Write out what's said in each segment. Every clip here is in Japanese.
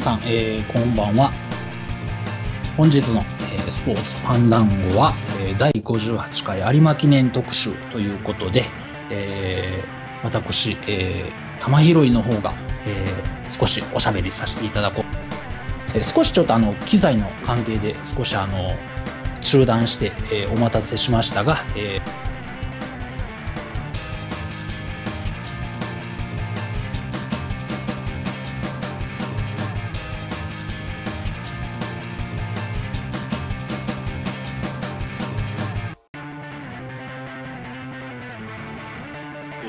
さん、えーこんばんは。本日の、えースポーツパンダンゴは、えー第58回有馬記念特集ということで、えー私、えー玉拾いの方が、えー少しおしゃべりさせていただこう。えー少しちょっとあの、機材の関係で少しあの、中断して、えーお待たせしましたが、えー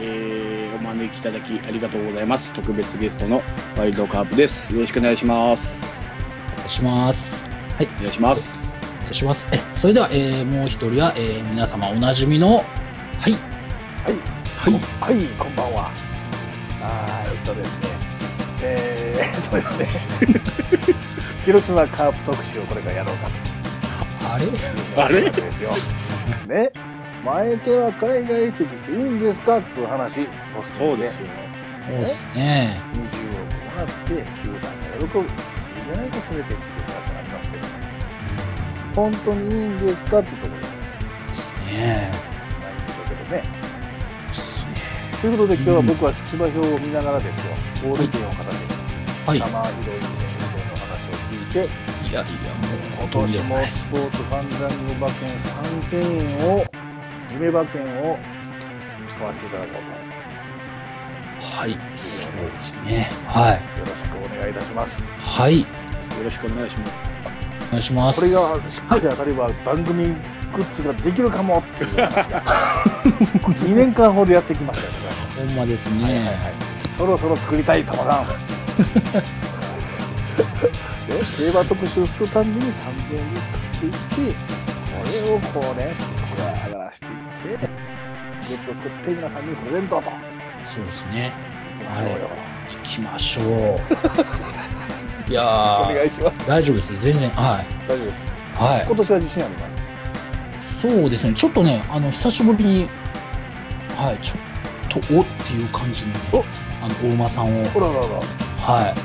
えーお招きいただきありがとうございます。特別ゲストのワイルドカープです。よろしくお願いします。お願いします。お願いします。お願いします。え、それでは、えーもう一人は、えー皆様おなじみの、はい、はい、はい、こんばんは。あーえっとですね、えー、えっとですね、広島カープ特集をこれからやろうかというあれあれわけですよ。ね、前手は海外移籍していいんですかっていう話、ポスそトうでで20すよ。そうですね。億もらって、球団が喜ぶ。いいじゃないか、それでっていう話がありますけど、本当にいいんですかっていうところじねゃないんでしょうけどね。え。ですねということで、今日は僕は出馬表を見ながらですよ、ボール券を片手に。はい。い玉井宏一先生の話を聞いて、やいや、もう、ほ今とんど年もなもいですスポーツファンダンゴ馬券3000円を、夢馬券を買わせていただこうはい。そうですね。はい。と。よろしくお願いいたします。はい。よろしくお願いします。お願いします。これがしっかり当たれば、番組グッズができるかもっていう話が、2年 間ほどやってきましたけど、ほんまですね。はいはいはい、そろそろ作りたい玉 さんで競馬特集するたんびに3000円ずつ買っていってこれをこうね僕は上がらしていってグッズを作って皆さんにプレゼントといそうですね。きましょうよ、行きま しょう。いやおー願いします大丈夫です。全然、はい。大丈夫ですはい。今年は自信ありますそうですね、ちょっとね、あの久しぶりに、はい、ちょっとおっていう感じに、ねお、あの大馬さんを、ほらほらほらはい、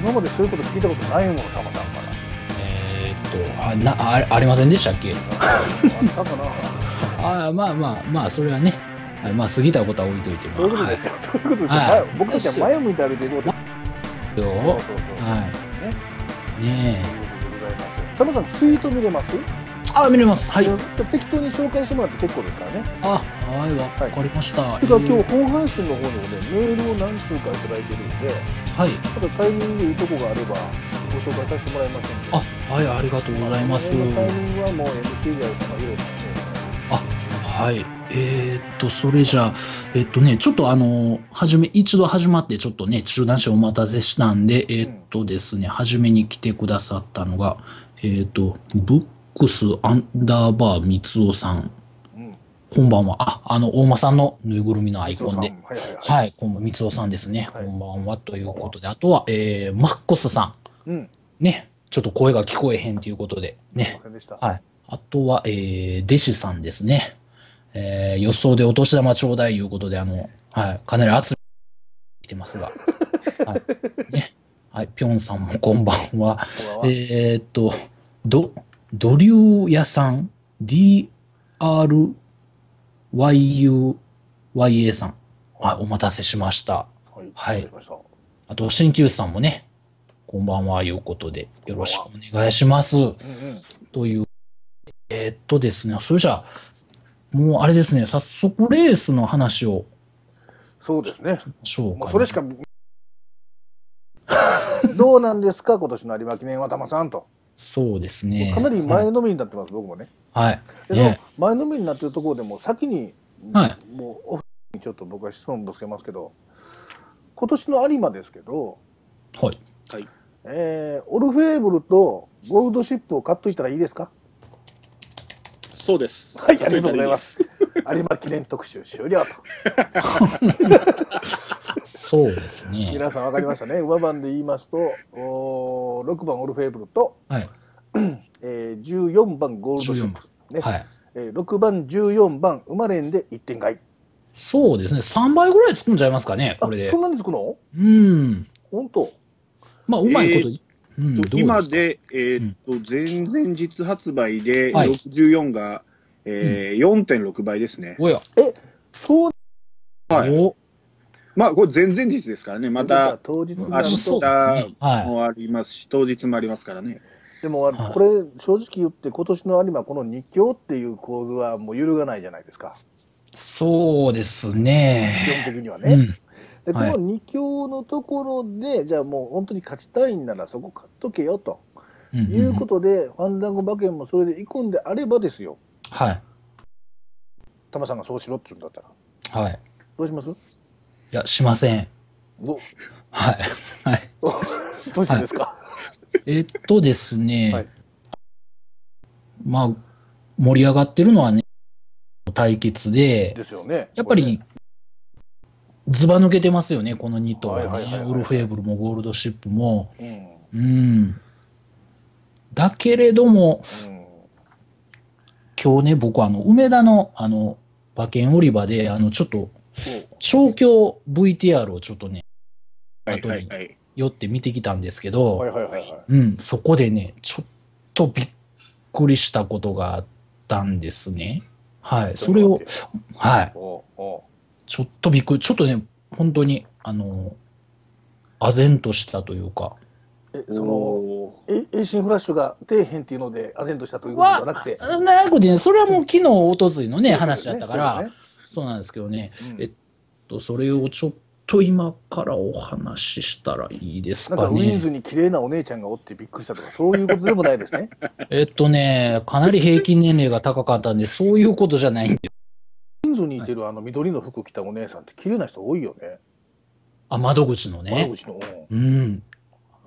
今までそういうこと聞いたことないもの玉さんからえーっと、あなあれありませんでしたっけあったかなあーまあまあまあ、それはね、はいまあ、過ぎたことは置いといて、。そういうことですすよ、そういうことですよ、はい前僕たちは前を向いて歩いていこうとはい、どうそうそうそうはい。ねとえ。いうことでございます玉さんツイート見れますあ、見れます。はいじ。ゃあ適当に紹介してもらって結構ですからね。あ、はい、わかりました。それからえ今ー日、本阪神の方にもね、メールを何通かいただいてるんで、はい。まだタイミングいいとこがあれば、ご紹介させてもらいますんで。あ、はい、ありがとうございますこ。のタイミングはもう MC であるとか、いろいろね。はい。えーっと、それじゃあ、えっとね、ちょっとあの、はじめ、一度始まって、ちょっとね、中断してお待たせしたんで、えーっとですね、はじめに来てくださったのが、えーっと、ブックスアンダーバー三つさん。うん。こんばんは。あ、あの、大間さんのぬいぐるみのアイコンで。はいはいはい。はい、こんばんは。三つさんですね。はいこんばんは。ということで、あとは、えー、マックスさうん。ん。ね。ちょっと声が聞こえへんということで、ね。でした。はい。あとは、えー、弟子さんですね。えー、予想でお年玉ちょうだいいうことで、あの、はい、かなり熱いて ますが。はい。ね。はい、ぴょんさんもこんばんは。こんばんはえー、っと、ど、ドリュー屋さん、DRYUYA さん。はい、お待たせしました。はい。はいわかりましたあと、鍼灸師さんもね、こんばんは、いうことで、よろしくお願いします。うんうん。という。えーっとですね、それじゃあ、もうあれですね、早速レースの話をそうですね。しようか、もうそれしか。 どうなんですか、今年の有馬記念は、玉さんと。そうですね。かなり前のめりになってます、僕もね。はい。でねその前のめりになってるところでもう先に、はもうオフにちょっと僕は質問ぶつけますけど今年の有馬ですけど、はい。えーオルフェーブルとゴールドシップを買っといたらいいですかそうです。はいありがとうございます。有馬記念特集 終了とそうですね。皆さん分かりましたね馬番で言いますとおー6番オルフェーブルと、はい。えー14番ゴールドシップ、ねはい。えー6番14番馬連で1点買いそうですね。3倍ぐらいつくんじゃいますかね、あこれでそん。なにつくのうん。本当まあ、うまいこと、うん、どう今すかで、えーっと、前々日発売ではい64が、えー4.6倍ですね。おや、そうはい。おまあ、これ前々日ですからね。まだた、当日にな明る日そうとですね。はもありますし、当日もありますからね。でもあのはいこれ正直言って今年の有馬この2強っていう構図はもう揺るがないじゃないですかい。そうです基ね。本的にはうね、ん。でこはいの2強のところでじゃあもう本当に勝ちたいんならそこ勝っとけよとうん。いうこととで、ファンダンゴ馬券もそれで行くんであればですよはい。タマさんがそうしろって言うんだったらはい。どうしますいや、しません。どはい。 はい。どうしてですか、えっとですね、はいまあ、盛り上がってるのはね、対決で、ですよねやっぱり、ずば抜けてますよね、この2頭はね、はいはいはいはいオルフェーブルもゴールドシップも。これねうん。だけれども、うんうん今日ね、僕はあの、梅田の、あの、馬券売り場で、あの、ちょっと、そう調教 VTR をちょっとね、はい後にはいはい。寄って見てきたんですけど、はいはいはいはいうん、そこでね、ちょっとびっくりしたことがあったんですね。はい。それを、はい。おうおうちょっとびっくり、ちょっとね、本当に、あの、唖然としたというか、えそのおえエイシンフラッシュが底辺っていうのでアゼントしたということではなくて長くてね、それはもう昨日、おとついのね、話だったかそうらで、そうなんですけどね、すねえとそれをちょっと今からお話ししたらいいですなんかかウィンズね。に綺麗なお姉ちゃんがおってびっくりしたとかそういうことでもないです ねえっとね、かなり平均年齢が高かったんで、そういうことじゃないんで。ウィンズにいてるあの緑の服着たお姉さんって綺麗な人多いよねあ、窓口のね窓。口のうんうん。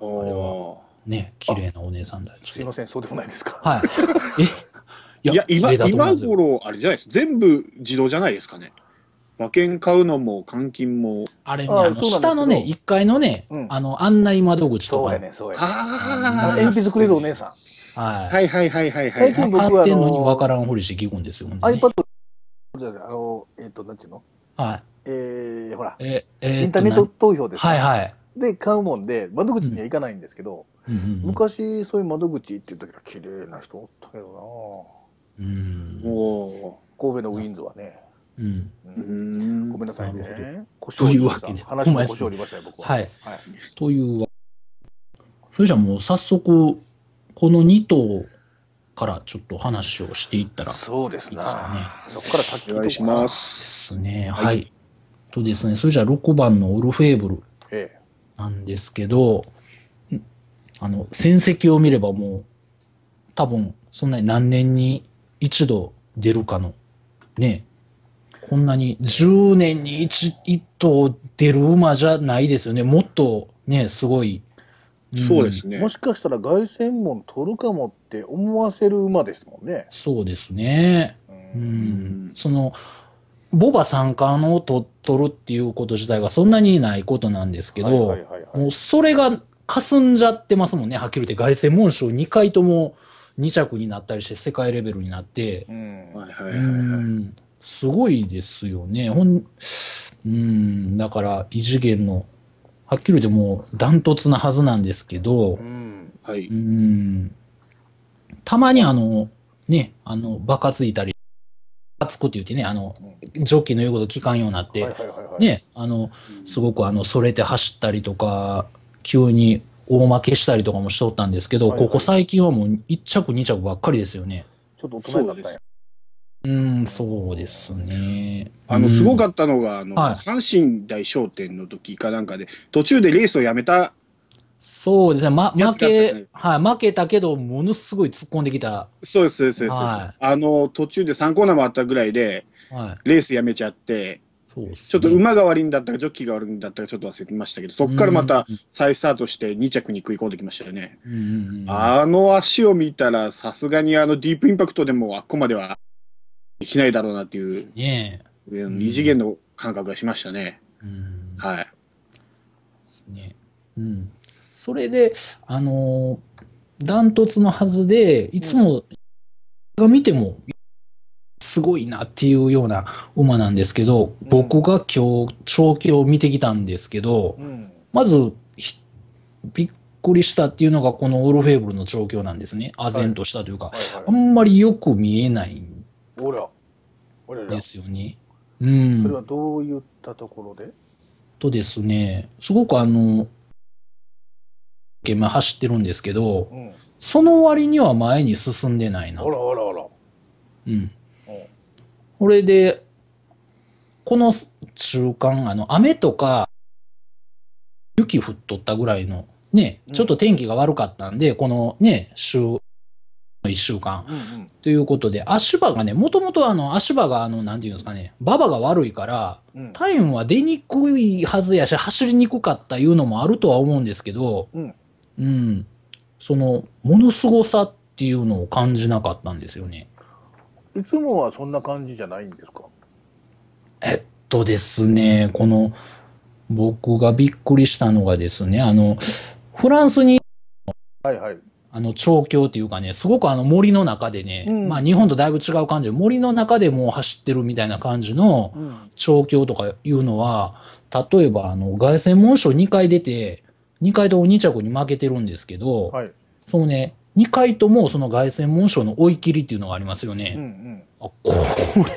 ーおね、綺麗なお姉さんだよ。すいませんそうでもないですかはい。えー。いや、今、綺麗だと思い今ますよ頃、あれじゃないです。全部自動じゃないですかね。馬券買うのも、換金も。あれね、ああのそうなんですけど下のね、1階のね、うんあの、案内窓口とそうか、やねそうやねああのあ。鉛筆くれるお姉さはい。はいはいはいはいは最近い。僕はあの買ってんのに分からんふりして聞くんですよ、ほんんでね iPad じゃないあのえっとなんていうのはい。えーほらえ、えーインっとターネット投票ですかはいはい。で買うもんで窓口には行かないんですけどうんうん昔そういう窓口行ってる時は綺麗な人おったけどうんおおな神戸のウィンズはねうん。うー。うんーんごめんなさいねなる。腰をという折りまわしたけで話の腰を折りましたよ、僕は。はい。というわ。それじゃあもう早速、この2頭からちょっと話をしていったらそうですいいですかねな。そこから先。お願いします。ですすね。はいはい。とですね、それじゃあ6番のオルフェーブル。ええ。なんですけど、んあの、戦績を見ればもう、多分、そんなに何年に一度出るかの、ね、こんなに10年に 1, 一頭出る馬じゃないですよね。もっとね、すごい。んそうです。ねも。しかしたら凱旋門取るかもって思わせる馬ですもんね。そうですね。ううんん。その、ボバ三冠を取取るっていうこと自体がそんなにないことなんですけど、はいはいはいはもいうそれが霞んじゃってますもんね、はっきり言って。凱旋門賞2回とも2着になったりして、世界レベルになって。うんはいはういはいはい。ん、すごいですよね。ほん、うん、だから異次元の、はっきり言ってもうダントツなはずなんですけど。う、んはいうん、たまにあの、ね、あの、バカついたり、バカつくって言ってね、あの、ジョッキーの言うこと聞かんようになっはいて、はいはいはい。ね、あの、すごくあの、それて走ったりとか、急に大負けしたりとかもしとったんですけど、はいはいここ最近はもう1着2着ばっかりですよね。ちょっと大人になったんや。うん、そうですね。あの、すごっかったのが、あの、はい阪神大商店の時かなんかで、途中でレースをやめた、そうですね。ま、や負つだったじゃないけで、すはい、負けたけど、ものすごい突っ込んできた。そうです、そうです、そうです。はいあの、途中で3コーナーもあったぐらいで、はい。レースやめちゃって、そうです、ね。ちょっと馬が悪いんだったか、ジョッキーが悪いんだったか、ちょっと忘れてましたけど、そこからまた再スタートして2着に食い込んできましたよね。うんうんうん、あの足を見たら、さすがにあのディープインパクトでもあっこまではできないだろうなっていう、ねん異次元の感覚がしましたね。え。うん。はでい。すね。うん。それで、あのーダントツのはずで、いつも、が見ても、すごいなっていうような馬なんですけど、ん僕が今日、長期を見てきたんですけど、うん。まず、ひびっくりしたっていうのが、このオールフェーブルの調教なんですね。唖然としたというか、はいあんまりよく見えないんおら、おららでそすよね。うん。れはどういったところで、とですね、すごくあの、現場走ってるんですけど、うん、その割には前に進んでないなお。らおらおら。うん。これで、この中間、あの、雨とか、雪降っとったぐらいの、ねう、んちょっと天気が悪かったんで、このね、週、一週間。うんうんということで、足場がね、もともとあの、足場があの、なんていうんですかね、馬場が悪いから、うんタイムは出にくいはずやし、走りにくかったいうのもあるとは思うんですけど、うんうんその、ものすごさっていうのを感じなかったんですよね。いつもはそんな感じじゃないんですか。えっとですね、この、僕がびっくりしたのがですね、あの、フランスに、はいはい。あの、調教っていうかね、すごくあの森の中でね、うんまあ日本とだいぶ違う感じで、森の中でもう走ってるみたいな感じのうん、調教とかいうのは、例えばあの、凱旋門賞2回出て、2回とも2着に負けてるんですけど、はい。そのね、2回ともその凱旋門賞の追い切りっていうのがありますようんね。うん。あこ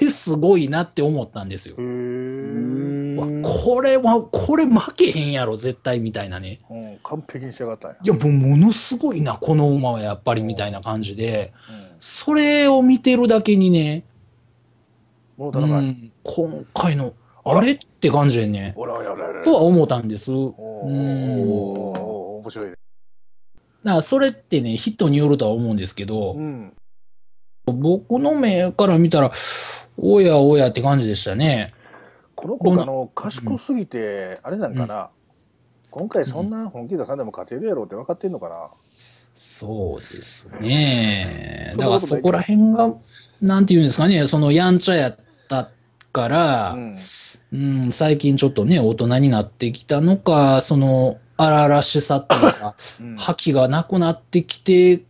れすごいなって思ったんですよ。へうえ。わん。これは、これ負けへんやろ、絶対みたいなね。うん、完璧に仕上がったんや。いや、もうものすごいな、この馬はやっぱりみたいな感じで、それを見てるだけにね、うん、う物足らない。ん、今回の、あれって感じでね、おらおらおらおら。とは思ったんです。おうんおー面白いね。だからそれってね、ヒットによるとは思うんですけどう、ん。僕の目から見たら、おやおやって感じでしたね。このこ子のあの賢すぎて、あれなんかな。今回そんな本気出さんでも勝てるやろうって分かってんのかな。そうですね。そんだなかことないらそこら辺が、なんていうんですかね、そのやんちゃやったから、うん。うん、最近ちょっとね、大人になってきたのか、その、荒々しさっていうか、うん覇気がなくなってきて、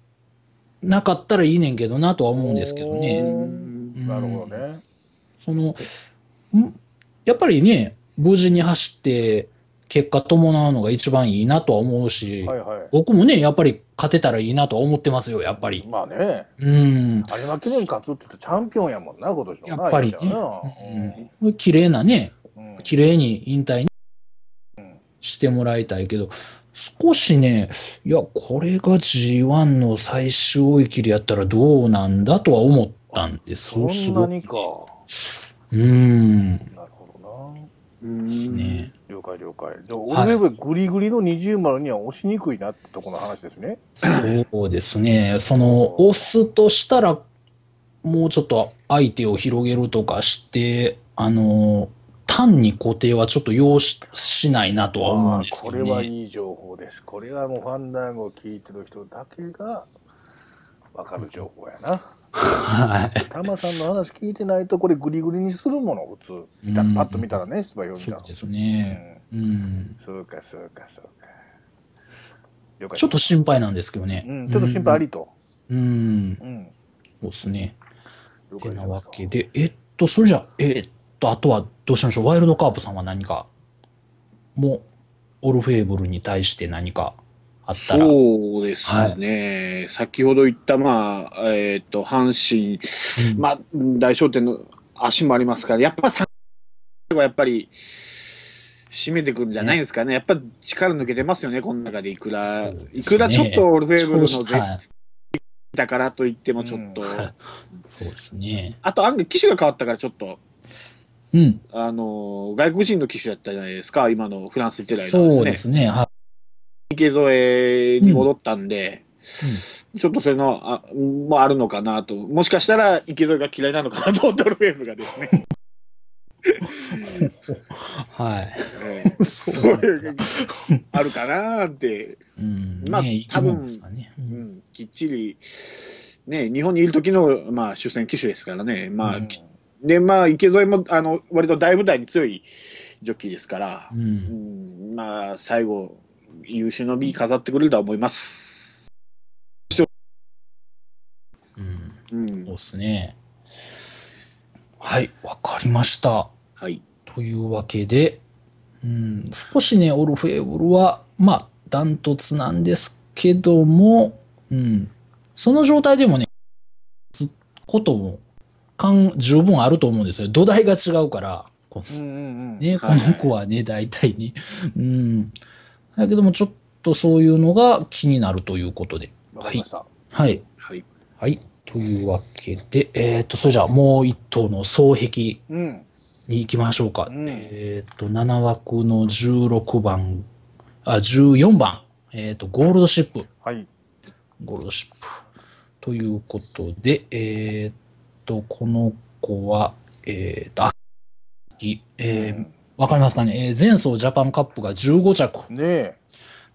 なかったらいいねんけどなとは思うんですけどうね。んなるほどね。その、んやっぱりね、無事に走って、結果伴うのが一番いいなとは思うし、はいは僕もね、やっぱり勝てたらいいなとは思ってますよ、やっぱい。り。まあね、うん。有馬記念勝つって言ってチャンピオンやもんな、今年のな。やっぱりね言うたらな綺麗なね、うん綺麗に引退してもらいたいけど、少しね、いや、これが G1 の最終追い切りやったらどうなんだとは思ったんです。そすんごなくにうか。ーん。でなるほどな。うんすね。了解了解。でもはい俺はグリグリの二重丸には押しにくいなってとこの話ですね。そうですね。その、押すとしたら、もうちょっと相手を広げるとかして、あの、単に固定はちょっと要ししないなとは思うんですけこどれね。はいい情報です。これはもうファンダンゴを聞いてる人だけが分かる情報やな。はい。タマさんの話聞いてないとこれグリグリにするもの、普通。見たうんパッと見たらね、出馬読みたそらう。ですね。うんうん。そうかそうかそうか。了解ちょっと心配なんですけどね。うん、ちょっと心配ありと。うん。うん。そうですね。了て解しなまわしたけで、えっと、それじゃあ、えっと、あとはどうしましょう。ワイルドカープさんは何か、もう、オルフェーブルに対して何かあったら。うそうですね、先ほど言った、まあ、えっ、と、阪神、んまあ、大商店の足もありますから、やっぱ3はやっぱり、締めてくるんじゃないですかね。やっぱ力抜けてますよね、この中でいくら。そうですねいくらちょっとオルフェーブルの調絶子はいだからといってもちょっと。うんそうですね。 あと、案外機種が変わったからちょっと、うん。あの、外国人の機種だったじゃないですか、今のフランス行ってた間そうでですね。すね。は池添に戻ったんで、ちょっとそれの、あ、もあるのかなと。もしかしたら、池添が嫌いなのかなと、ドルフェーブがですね。 はい。ええそういう、あるかなって、うん。まあね、生き物ですかね。ううんん、きっちり、ね、日本にいる時の、まあ、主戦機種ですからね。まあ、うんきで、まあ、池添も、あの、割と大舞台に強いジョッキーですから、う。うんん、まあ、最後、優秀の美飾ってくれるとは思います。うん。うんそう。ですね。はい、わかりました。はい。というわけで、うん、少しね、オルフェーブルは、まあ、ダントツなんですけども、うん、その状態でもね、つことも、感十分あると思うんですよ。土台が違うから、このうんうんうん。ね、こはいの子はね、大体ね。 うん。だけども、ちょっとそういうのが気になるということで。わかりました。はい。はい。はい。というわけで、えっ、と、それじゃあ、もう一頭の双壁うん。に行きましょうか。うんえっ、と、7枠の16番、あ、14番、えっ、と、ゴールドシップ。はい。ゴールドシップ。ということで、えっ、と、この子は、えっ、と、あ、えー、わかりますかね、えー前走ジャパンカップが15着。ねえ、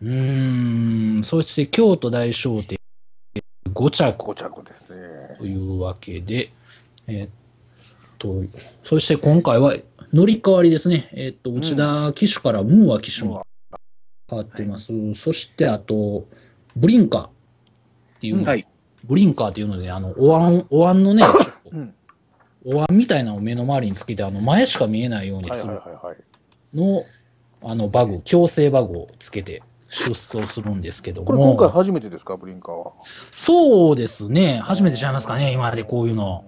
うーん、そして京都大商店5着5着ですね。というわけで、えーっと、そして今回は乗り換わりですね。えーっと、ん内田騎手からムーア騎手うにわ変わってます。そしてあと、ブリンカーっていうの、はい。ブリンカーっていうので、あの、お椀、お椀の ね、ちょっとうん。お椀みたいなのを目の周りにつけて、あの、前しか見えないようにはいすはいるはいはい。の、あの、バグ、強制バグをつけて出走するんですけども。これ今回初めてですか、ブリンカーは。そうですね。初めてちゃいますかね、今までこういうの。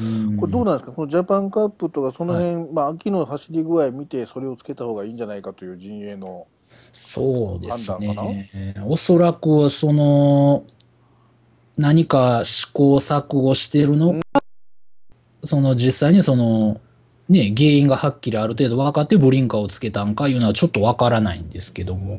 んこれどうなんですか、このジャパンカップとか、その辺、まあ秋の走り具合見て、それをつけた方がいいんじゃないかという陣営の。そうです判断ね。おそらく、その、何か試行錯誤してるのか、その実際にその、ね、原因がはっきりある程度分かってブリンカーをつけたんかいうのはちょっと分からないんですけども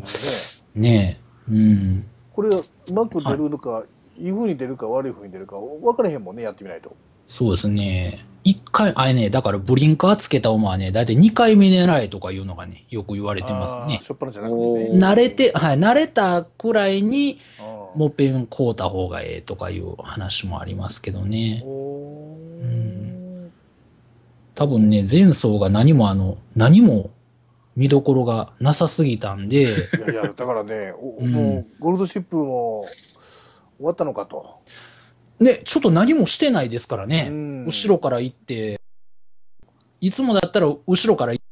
ねね。え。うん。これがうまく出るのか、い、い風に出るか悪い風に出るか分からへんもんねやってみないとそうですね。一回、あれね、だからブリンカーつけた馬はね、だいたい2回目狙いとかいうのがね、よく言われてますねあー。しょっぱなじゃなくておーね慣れて、はい、慣れたくらいに、ももっぺん買うた方がええとかいう話もありますけどね。ん多分ね、前走が何もあの、何も見どころがなさすぎたんで、いやいやだからね おうんもうゴールドシップも終わったのかと、ね、ちょっと何もしてないですからうね。ん後ろから行って、いつもだったら後ろから行っ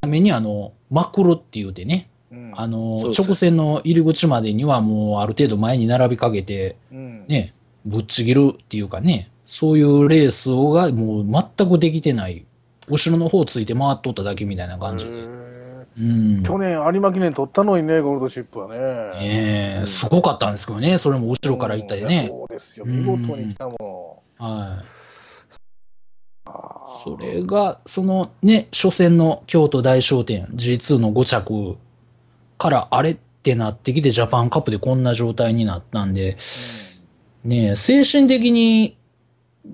ためにあの、マクロって言うてね、うんあの、そうですね直線の入り口までにはもうある程度前に並びかけて、うんね、ぶっちぎるっていうかね、そういうレースをがもう全くできてない。後ろの方ついて回っとっただけみたいな感じへで。ーうん。去年有馬記念取ったのにねゴールドシップはねええすごかったんですけどね、それも後ろから行ったりうんいやね。そうですよ見事に来たもはい。のあーそれが、そのね、初戦の京都大商店 G2 の5着からあれってなってきて、ジャパンカップでこんな状態になったんで、ねえ、精神的に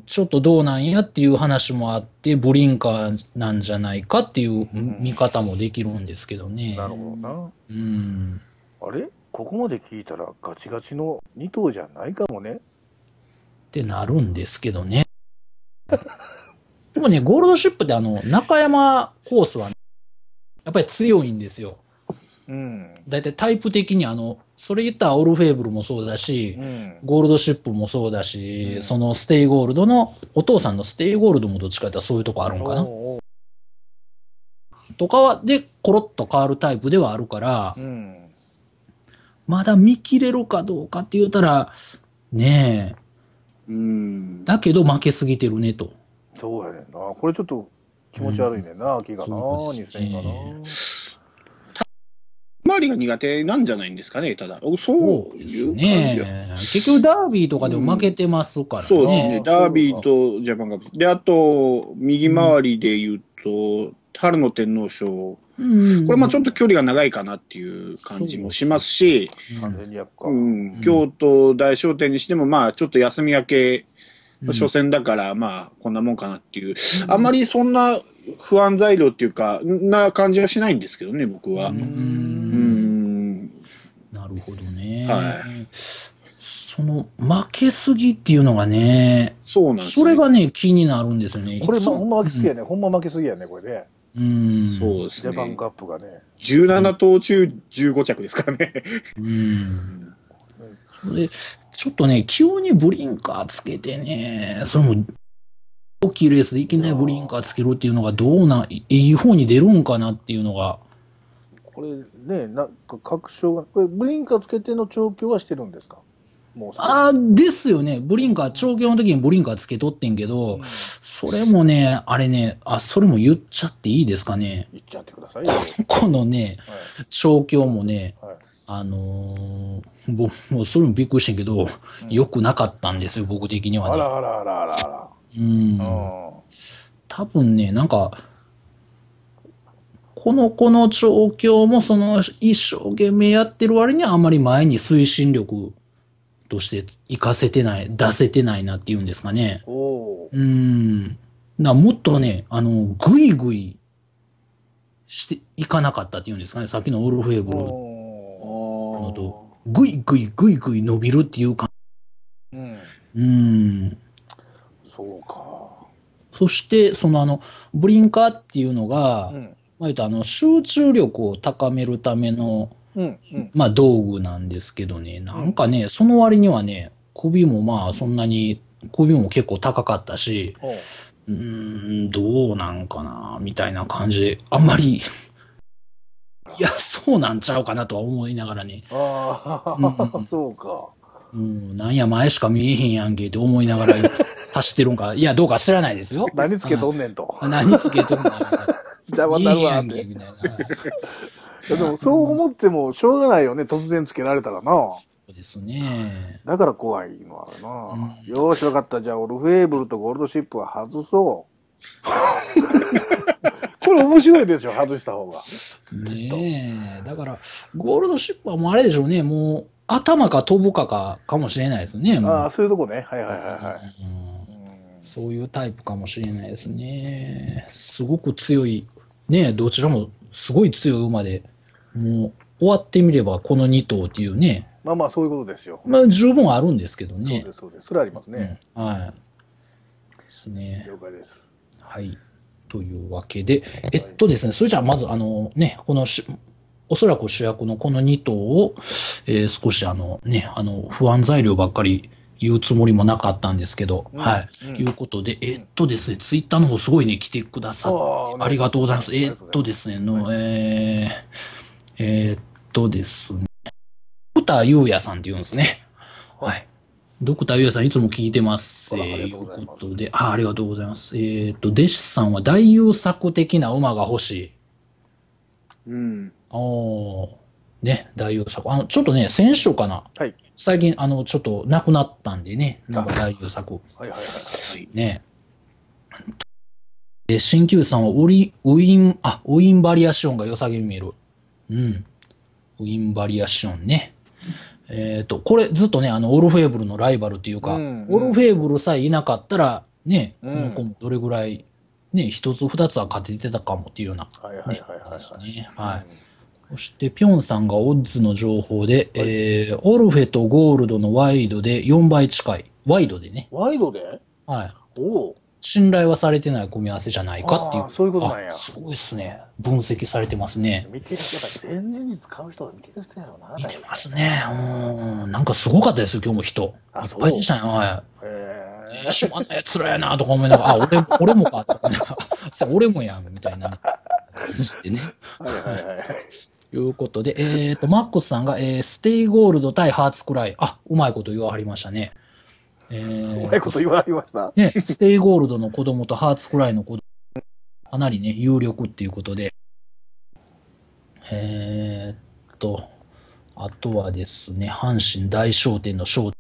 ちょっとどうなんやっていう話もあって、ブリンカーなんじゃないかっていううん見方もできるんですけどね。なるほどなうん。あれここまで聞いたらガチガチの2頭じゃないかもねってなるんですけどね。 でもね、ゴールドシップってあの、中山コースはね、やっぱり強いんですよ。うんだいたいタイプ的にあの、それ言ったらオルフェーブルもそうだしう、んゴールドシップもそうだし、うんそのステイゴールドの、お父さんのステイゴールドもどっちかって言ったらそういうとこあるんかな。おうおうとかは、で、コロッと変わるタイプではあるからう、んまだ見切れるかどうかって言ったら、ねえ、うん。だけど負けすぎてるねと。そうやねんな。これちょっと気持ち悪いねんな、秋がな、そうですね2000がな。周りが苦手なんじゃないんですかね、ただ。おそそうういですう感じが。ね。結局ダービーとかでも負けてますからね。そうですねね。ダービーとジャパンカップ。で、あと、右回りで言うと、春の天皇賞。こうんれまあちょっと距離が長いかなっていう感じもしますし、うん3200か。うん、京都大商店にしても、まあちょっと休み明け、初戦だから、まあこんなもんかなっていう、あんまりそんな不安材料っていうか、な感じはしないんですけどね、僕は。ううんん。なるほどね。はその負けすぎっていうのがね、そうなんですそねれがね、気になるんですよね。これ、いつま、もほんま負けすぎやね。ほんま負けすぎやね、これね。うん。そうでジすャパンね。カップがね。 17頭中15着ですからね。うん。それで、ちょっとね、急にブリンカーつけてね、それも、大きいレースでいきなりブリンカーつけるっていうのがどうなん、いいい方に出るんかなっていうのが、これね、なんか確証が、これブリンカーつけての調教はしてるんですかもうすでにあーですよね。ブリンカー、調教の時にブリンカーつけとってんけど、それもね、あれね、あ、それも言っちゃっていいですかね。言っちゃってくださいよ。はいこのね、調教もね、はいあのー、僕もうそれもびっくりしてんけど、うん良くなかったんですよ、僕的にあはね。らあらあらあらあら。うん。う多分ね、なんか、この子の調教もその一生懸命やってる割にはあまり前に推進力として活かせてない、出せてないなっていうんですかね。ん。おーうーん。だからもっとね、あの、ぐいぐいしていかなかったっていうんですかね。さっきのオルフェーブル。おのーとぐいぐいぐいぐい伸びるっていうか、ー。うん。うーん。そうか。そして、そのあの、ブリンカーっていうのが、うん。まあ、言うとあの集中力を高めるための、うん。うん。まあ、道具なんですけどね、なんかね、その割にはね、首もまあそんなに、首も結構高かったし、おーうーん、どうなんかな、みたいな感じで、あんまり、 いや、そうなんちゃうかなとは思いながらね、あうんうあ、んそうか。うん、なんや前しか見えへんやんけって思いな がら走ってるんか、いや、どうか知らないですよ。 何つけとんねんと。あ何つけとんの邪魔に見えへんなるやわっんけ、て。みたいな。い やでも、そう思ってもしょうがないよね。突然つけられたらな。そうです ね。だから怖いのはあるな。うんよーし、わかった。じゃあ、オルフェーブルとゴールドシップは外 そう。これ面白いでしょ、外した方が。ねえ。だから、ゴールドシップはもうあれでしょうね。もう、頭か飛ぶかか、かもしれないですね。もうああ、そういうとこね。はいはいはいはうんい。うんそういうタイプかもしれないですね。すごく強い。ねえ、どちらもすごい強い馬で、もう、終わってみればこの2頭っていうね。まあまあ、そういうことですよ。まあ、十分あるんですけどそうねで。す、そうです。それありますね。うんはい。ですね。了解です。はい。というわけで、えっとですね、それじゃあまず、あのね、このし、おそらく主役のこの2頭を、えー少しあのね、あの、不安材料ばっかり言うつもりもなかったんですけど、うんはい。うんいうことで、えっとですね、ツイッターの方すごいね、来てくださって、あありがとうございます。ありえがっとうございますとですね、の、えー、えーっとですね、ドクターゆうやさんって言うんですね。はい。ドクターゆうやさんいつも聞いてます。あえらあー、りいがうとうございますことで、あありがとうございます。えーっと、弟子さんは大優作的な馬が欲しい。うん。おーね、大優作。あの、ちょっとね、先週かな。はい。最近、あの、ちょっと亡くなったんでね、なんか大優作。はいはいはいはい。ね。で、新旧さんはウリ、ウイン、あ、ウインバリアシオンが良さげに見える。うん。ウインバリアシオンね。えっ、と、これずっとね、あの、オルフェーブルのライバルというか、うんオルフェーブルさえいなかったら、ね、うんこの子もどれぐらい、ね、一つ二つは勝ててたかもっていうような、はいはいはいね、はいはい。ですね。はい。そして、ピョンさんがオッズの情報で、えー、オルフェとゴールドのワイドで4倍近い。ワイドでね。ワイドではい。おお。信頼はされてない組み合わせじゃないかっていうあー。そういうことなんやあすごいですね。分析されてますね。見てる人が前日に使う人が見てる人やろうな。見てますね。うん。なんかすごかったですよ、今日も人。いっあぱいでしたね。はへい。しまんないやつらやなとか思いながら、あ、俺も、俺もかとか、 そう俺もやん、みたいな感じでね。ーはいはいはい。いうことで、えっ、と、マックスさんが、えーステイゴールド対ハーツクライ。あ、うまいこと言わはりましたね。えーうまいこと言われました。ね、ステイゴールドの子供とハーツクライの子供、かなりね、有力っていうことで。えーっと、あとはですね、阪神大商店の商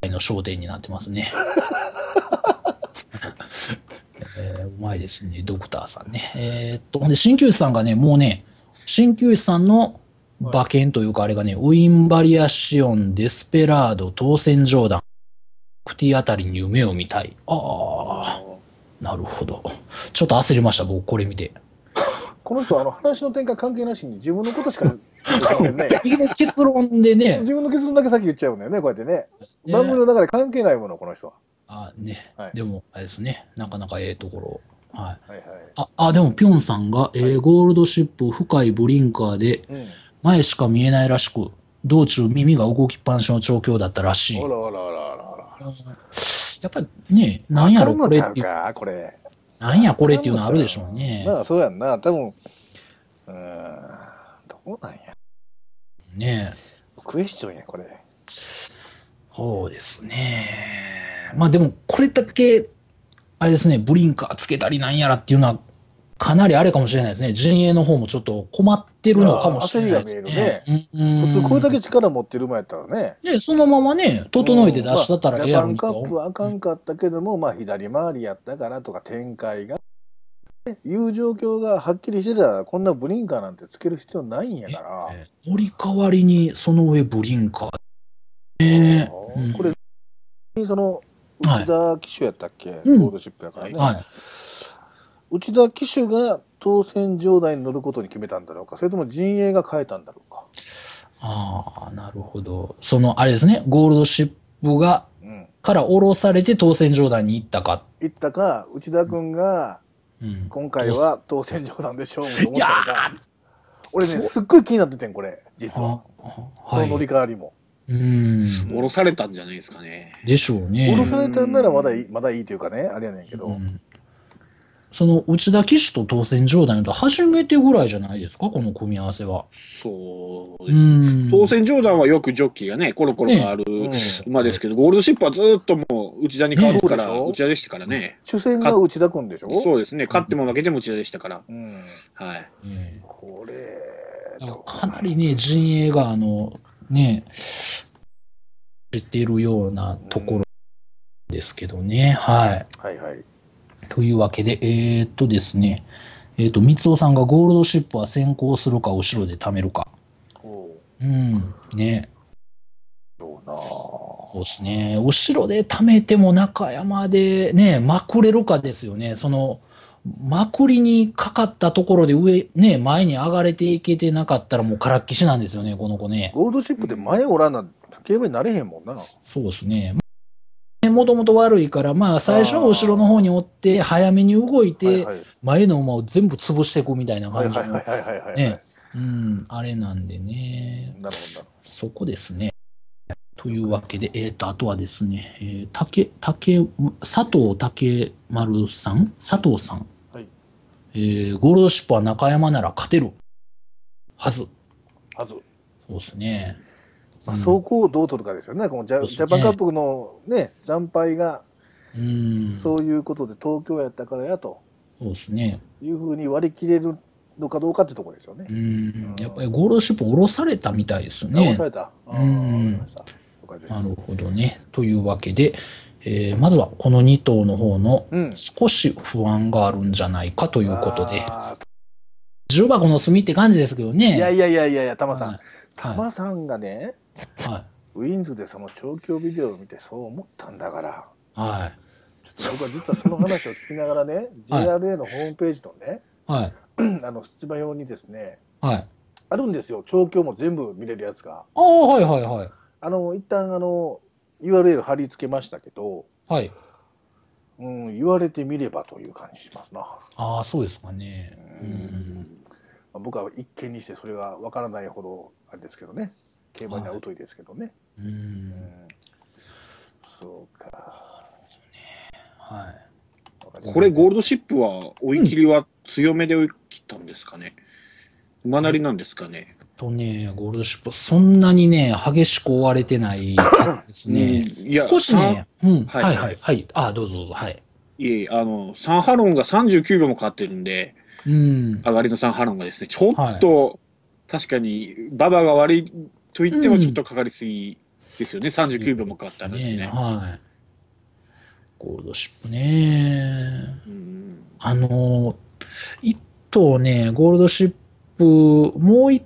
店の商店になってますね。えーうまいですね、ドクターさんね。えーっと、ほんで、鍼灸師さんがね、もうね、鍼灸師さんの馬券というか、あれがね、ウィンバリアシオン、デスペラード、当選ジョーダン、クティあたりに夢を見たい。ああ、なるほど。ちょっと焦りました、僕、これ見て。この人はあの話の展開関係なしに自分のことしか言ってませんね結論でね、 自分の結論だけ先言っちゃうんだよね、こうやってね。ね番組の中で関係ないもの、この人は。あね、はいでも、あれですね、なかなかええところ。はい。はいはい。あ、あ、でも、ピョンさんが、えーゴールドシップ、深いブリンカーで、うん。前しか見えないらしく、道中耳が動きっぱなしの調教だったらしい。あらあらあらあらあら。やっぱりね、なんやろ、ここれれっちゃうていう、か、これ。なんやこれっていうのあるでしょうね。まあ、そうやんな。多分、うーん、どそうなんや。ねえ。クエスチョンや、これ。そうですね。まあでも、これだけ、あれですね、ブリンカーつけたりなんやらっていうのは、かなりあれかもしれないですね。陣営の方もちょっと困ってるのかもしれないですね。うん普通、これだけ力持ってる前やったらね。ね、そのままね、整えて出したったらええやろうんうまあジャパンカップと。はあかんかったけども、まあ左回りやったからとか展開が、ねいう状況がはっきりしてたら、こんなブリンカーなんてつける必要ないんやから、ええ乗り代わりに、その上ブリンカー。ねうんこれ、その、はい内田騎手やったっけ、うんゴールドシップやからね、はい。内田騎手が当選状態に乗ることに決めたんだろうか、それとも陣営が変えたんだろうか。ああ、なるほど。その、あれですね、ゴールドシップが、うん。から降ろされて当選上段に行ったか。言ったか、内田君が、うん。今回は当選状態で勝負と思っいやたのか。俺ね、すっごい気になっててん、これ、実は。あこはのい乗。り換わりも。うん。降ろされたんじゃないですかね。でしょう降ろね。されたんならまだいい、まだいいというかね、あれやねんけど。うんその内田騎手と当選状態のと初めてぐらいじゃないですか、この組み合わせは。そううですね。ん。当選上段はよくジョッキーがね、コロコロ変わるうん馬ですけど、ゴールドシップはずっともう内田に変わるから、ねそうでしょ内田でしたからね。主戦が内田君でしょそうですね。勝っても負けても内田でしたから。うん。はい。えこれえ、だからかなりね、陣営が、あの、ね、知っているようなところですけどね。はい。はいはい。というわけで、えー、っとですね、えーっと、三尾さんがゴールドシップは先行するか、後ろで貯めるか。おううん。ね。そうなぁそうですね。後ろで貯めても中山でね、まくれるかですよね。その、まくりにかかったところで上、ね、前に上がれていけてなかったらもう空っきしなんですよね、この子ね。ゴールドシップで前おらんなんて競馬になれへんもんな。そうですね。もともと悪いから、まあ最初は後ろの方に追って、早めに動いはいては、い前の馬を全部潰していくみたいなはい感じはいはのい。はいはい。ねうん、あれなんでね。なるほそこですね。というわけで、えっ、と、あとはですね、えー、竹、竹、佐藤竹丸さん佐藤さん。はい。えー、ゴールドシップは中山なら勝てる。はず。ど。はず。そうですね。まうあ、ん走行をどう取るかですよね。このジャジそうャですねパンカップのね、惨敗がうん。そうそういうことで東京やったからやとですね。いうふうに割り切れるのかどうかってところですよねう。ん。やっぱりゴールドシップ降ろされたみたいです直ねさ。れた。あーうんわかりました了解ですなるほどね。というわけで、えー、まずはこの2頭の方のうん。少し不安があるんじゃないかとということで、重箱の隅って感じですけどね。いやいやいやいやいや、玉さはんい。玉さんがね、はウィンズでその調教ビデオを見てそう思ったんだから、い。はい。ちょっと僕は実はその話を聞きながらね、はい JRA のホームページのね、はい。あの出馬表にですね、はい。あるんですよ、調教も全部見れるやつが。ああ、はいはいはい。あの、一旦あの、URL 貼り付けましたけど、はい。うん、言われてみればという感じしますな。ああ、そうですかね。ううんん。僕は一見にしてそれがわからないほど、あれですけどね、競馬には疎いですけどね。う。うんんそうか。はい。これ、ゴールドシップは追い切りは強めで追い切ったんですかね。馬なりなんですかね。とね、ゴールドシップ、そんなにね、激しく追われてないですね。うんいや少しね、うん。はいはいはいはい。ああ、どうぞどうぞ。はい。いえいえ、あの、サンハロンが39秒もかかってるんで、うん。上がりのサンハロンがですね、ちょっと、確かに、馬場が悪いと言ってうもんちょっとかかりすぎですよね。39秒もかかったんですね。はい。ゴールドシップね。うんあのー、1頭ね、ゴールドシップ、もうい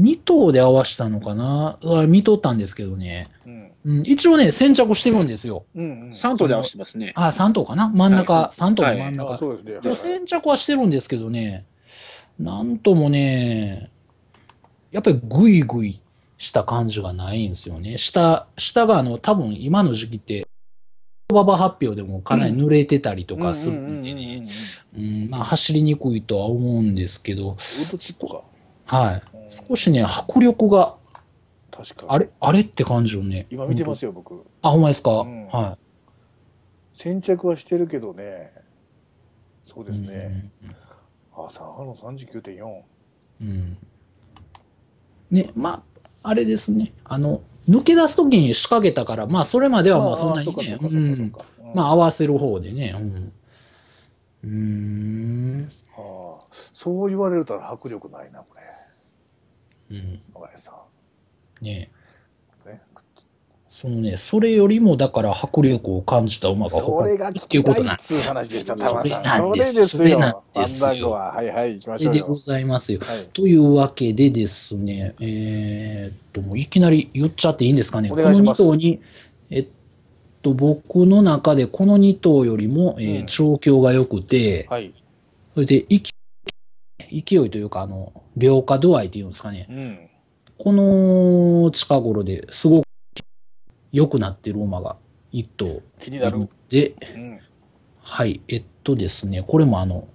2頭で合わしたのかなあ見とったんですけどね。うん。うん、一応ね、先着してるんですよ。うん、うん。 3頭で合わせてますね。あ、3頭かな真んは中、三3頭のはい真ん中。あそうです一ね。応はいはい先着はしてるんですけどね、なんともね、やっぱりグイグイした感じがないんですよね。下、下があの、多分今の時期って、ババ発表でもかなり濡れてたりとかするんでね。うんうんうんうんうんうん、まあ走りにくいとは思うんですけど、ウッドチップか。はい。うん少しね、迫力が、確かに。あれ、あれって感じよね。。今見てますすよ、僕。あ、ほんまですか、うんは先着はしてるけどね。そうい。ですね。あ、サンハロン39.4。うん。うん。ね、まあ、あれですね。あの、抜け出すときに仕掛けたから、まあ、それまではまあ、そんなにうかそねう、かうそうかそうんか。まあ、合わせる方でね、うん。うーん。あーそう言われると迫力ないな、これ。うん。野林さん。ねね、そのね、それよりも、だから迫力を感じた馬がそ他にれいながい聞っていうきこたいとなんっでつう話でした、たまさん。そそれれなんでですすそれなんよ。フですァよンダンゴは。はいはい、行きましす。ょうでごよ。ざいますよ。はい、というわけでですね、えーっと、もういきなり言っちゃっていいんですかね。お願いしますこの2頭に、えっと、僕の中でこの2頭よりも、えーうん調教が良くて、はい。それで勢い、勢いというか、あの、描化度合いっていうんですかね。うん。この近頃ですごく良くなってる馬が1頭気にいなるるの。で、うん。はい、えっとですね、これもあの、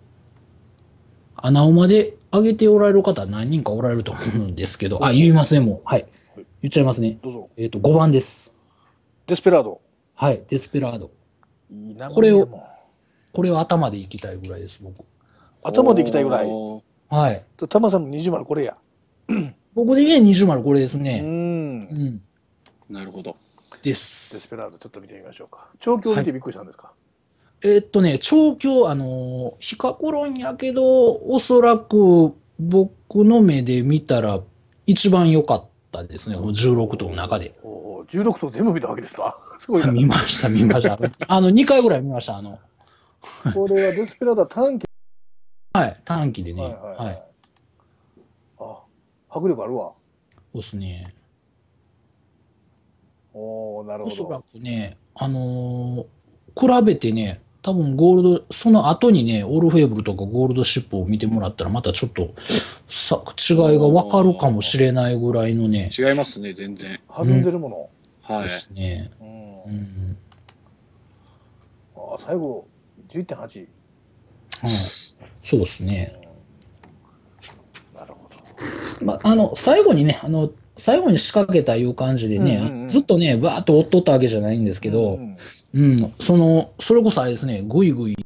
穴馬で上げておられる方何人かおられると思うんですけど、あ、言いますね、もう。はい。言っちゃいますね。どうぞ。えっと、5番です。デスペラード。はい、デスペラード。いいなこれをでもこれを頭で行きたいぐらいです、僕。頭で行きたいぐらい。おーはい。タマさんの二十丸これや。僕で言え20丸これですうね。ん。うデん。なるほど。でスす。ペラードちょっと見てみましょうか。調教を見てびっくりしたんですか。えっとね、調教、あのー、ヒカコロンやけど、おそらく僕の目で見たら一番良かったですね、この16頭の中で。おお、十六頭全部見たわけですか。すごい な。見ました、見ました。あの、2回ぐらい見ました、あの、これはデスペラードは短期。はい、短期でね。ははいい、はいはい。あ、迫力あるわ。そうですね。おお、なるおほそらど。くね、あのー比べてね、多分ゴールド、その後にね、オールフェーブルとかゴールドシップを見てもらったら、またちょっとさ違いがわかるかもしれないぐらいのね、違いますね、全然。弾んでるもはでい。すね。の。うん。うん。あ、最後十一点八。はい。そうですね。なるほど。ま、あの、最後にね、あの、最後に仕掛けたいう感じでね、うんうんうんずっとね、バーっと追っとったわけじゃないんですけど、うんうん、その、それこそあれですね、ぐいぐい、フッ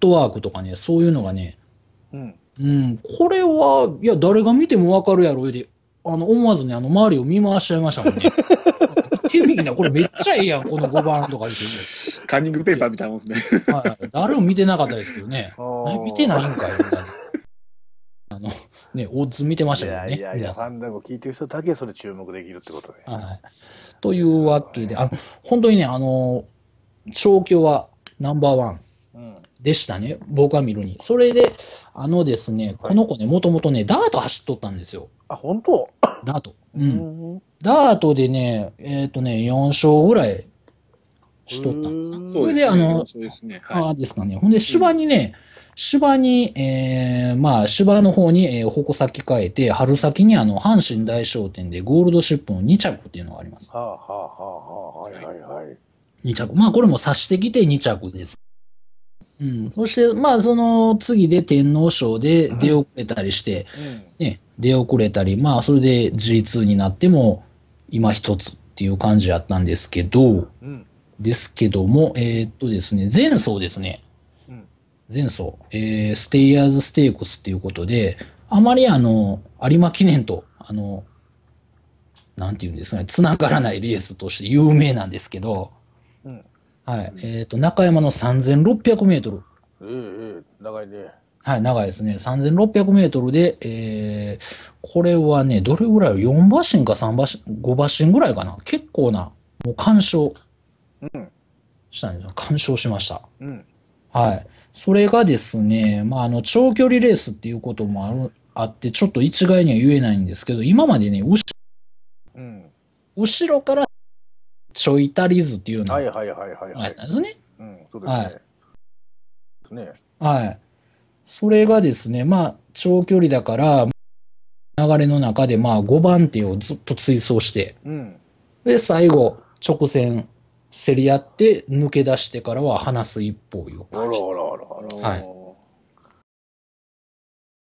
トワークとかね、そういうのがね、うん。うん、これは、いや、誰が見てもわかるやろ、言うて、あの、思わずね、あの、周りを見回しちゃいましたもんね。 見てみんな、これめっちゃええやん、この5番とか言っカンニングペーパーみたいなもんですね。て、はい、誰も見てなかったですけどね。あ何ー見てないんかい、みたいな。あの、ね、オッズ見てましたいけどね。やいやいや、皆フさんァンダンゴ聞いてる人だけそれ注目できるってことで。はい。というわけで、あの、本当にね、あの、調教はナンバーワン。うん。でしたね、僕が見るに。それで、あのですね、この子ね、もともとね、ダート走っとったんですよ。あ、本当。ダート。う。うんん。ダートでね、えっ、とね、4勝ぐらいしとった。たそれであのそうですね。あはあですかね。ほんで、芝にね、芝に、えー、まあ、芝の方に、えー、矛先変えて、春先にあの、阪神大商店でゴールドシップの2着っていうのがあります。はあはあはあはあ、はいはいはい。 2着。まあ、これも指してきて2着です。うん。そして、まあ、その次で天皇賞で出遅れたりして、ね、出遅れたり、まあ、それで G2 になっても、今一つっていう感じやったんですけど、うん。うん。ですけども、えーっとですね、前走ですね。うん前走、えーステイヤーズステークスっていうことで、あまりあの、有馬記念と、あの、なんていうんですかね、つながらないレースとして有名なんですけど、うんはい、えーっと、中山の3600メートル。ええええ、長いね。はい、長いですね。3600メートルで、えー、これはね、どれぐらい ?4 馬身か3馬身、5馬身ぐらいかな結構な、もう干渉うん。したんですよ。干渉しました。うん。はい。それがですね、まあ、あの、長距離レースっていうこともある、あって、ちょっと一概には言えないんですけど、今までね、後うん。後ろからちょい足りずっていうのはがいはいはいはいあはっい。たんですね。うん、そうですね。はいですね。はい。それがですね、まあ、長距離だから、流れの中で、まあ、5番手をずっと追走して、うん。で、最後、直線、競り合って、抜け出してからは離す一方いうあらあら感じ。あらあはら。い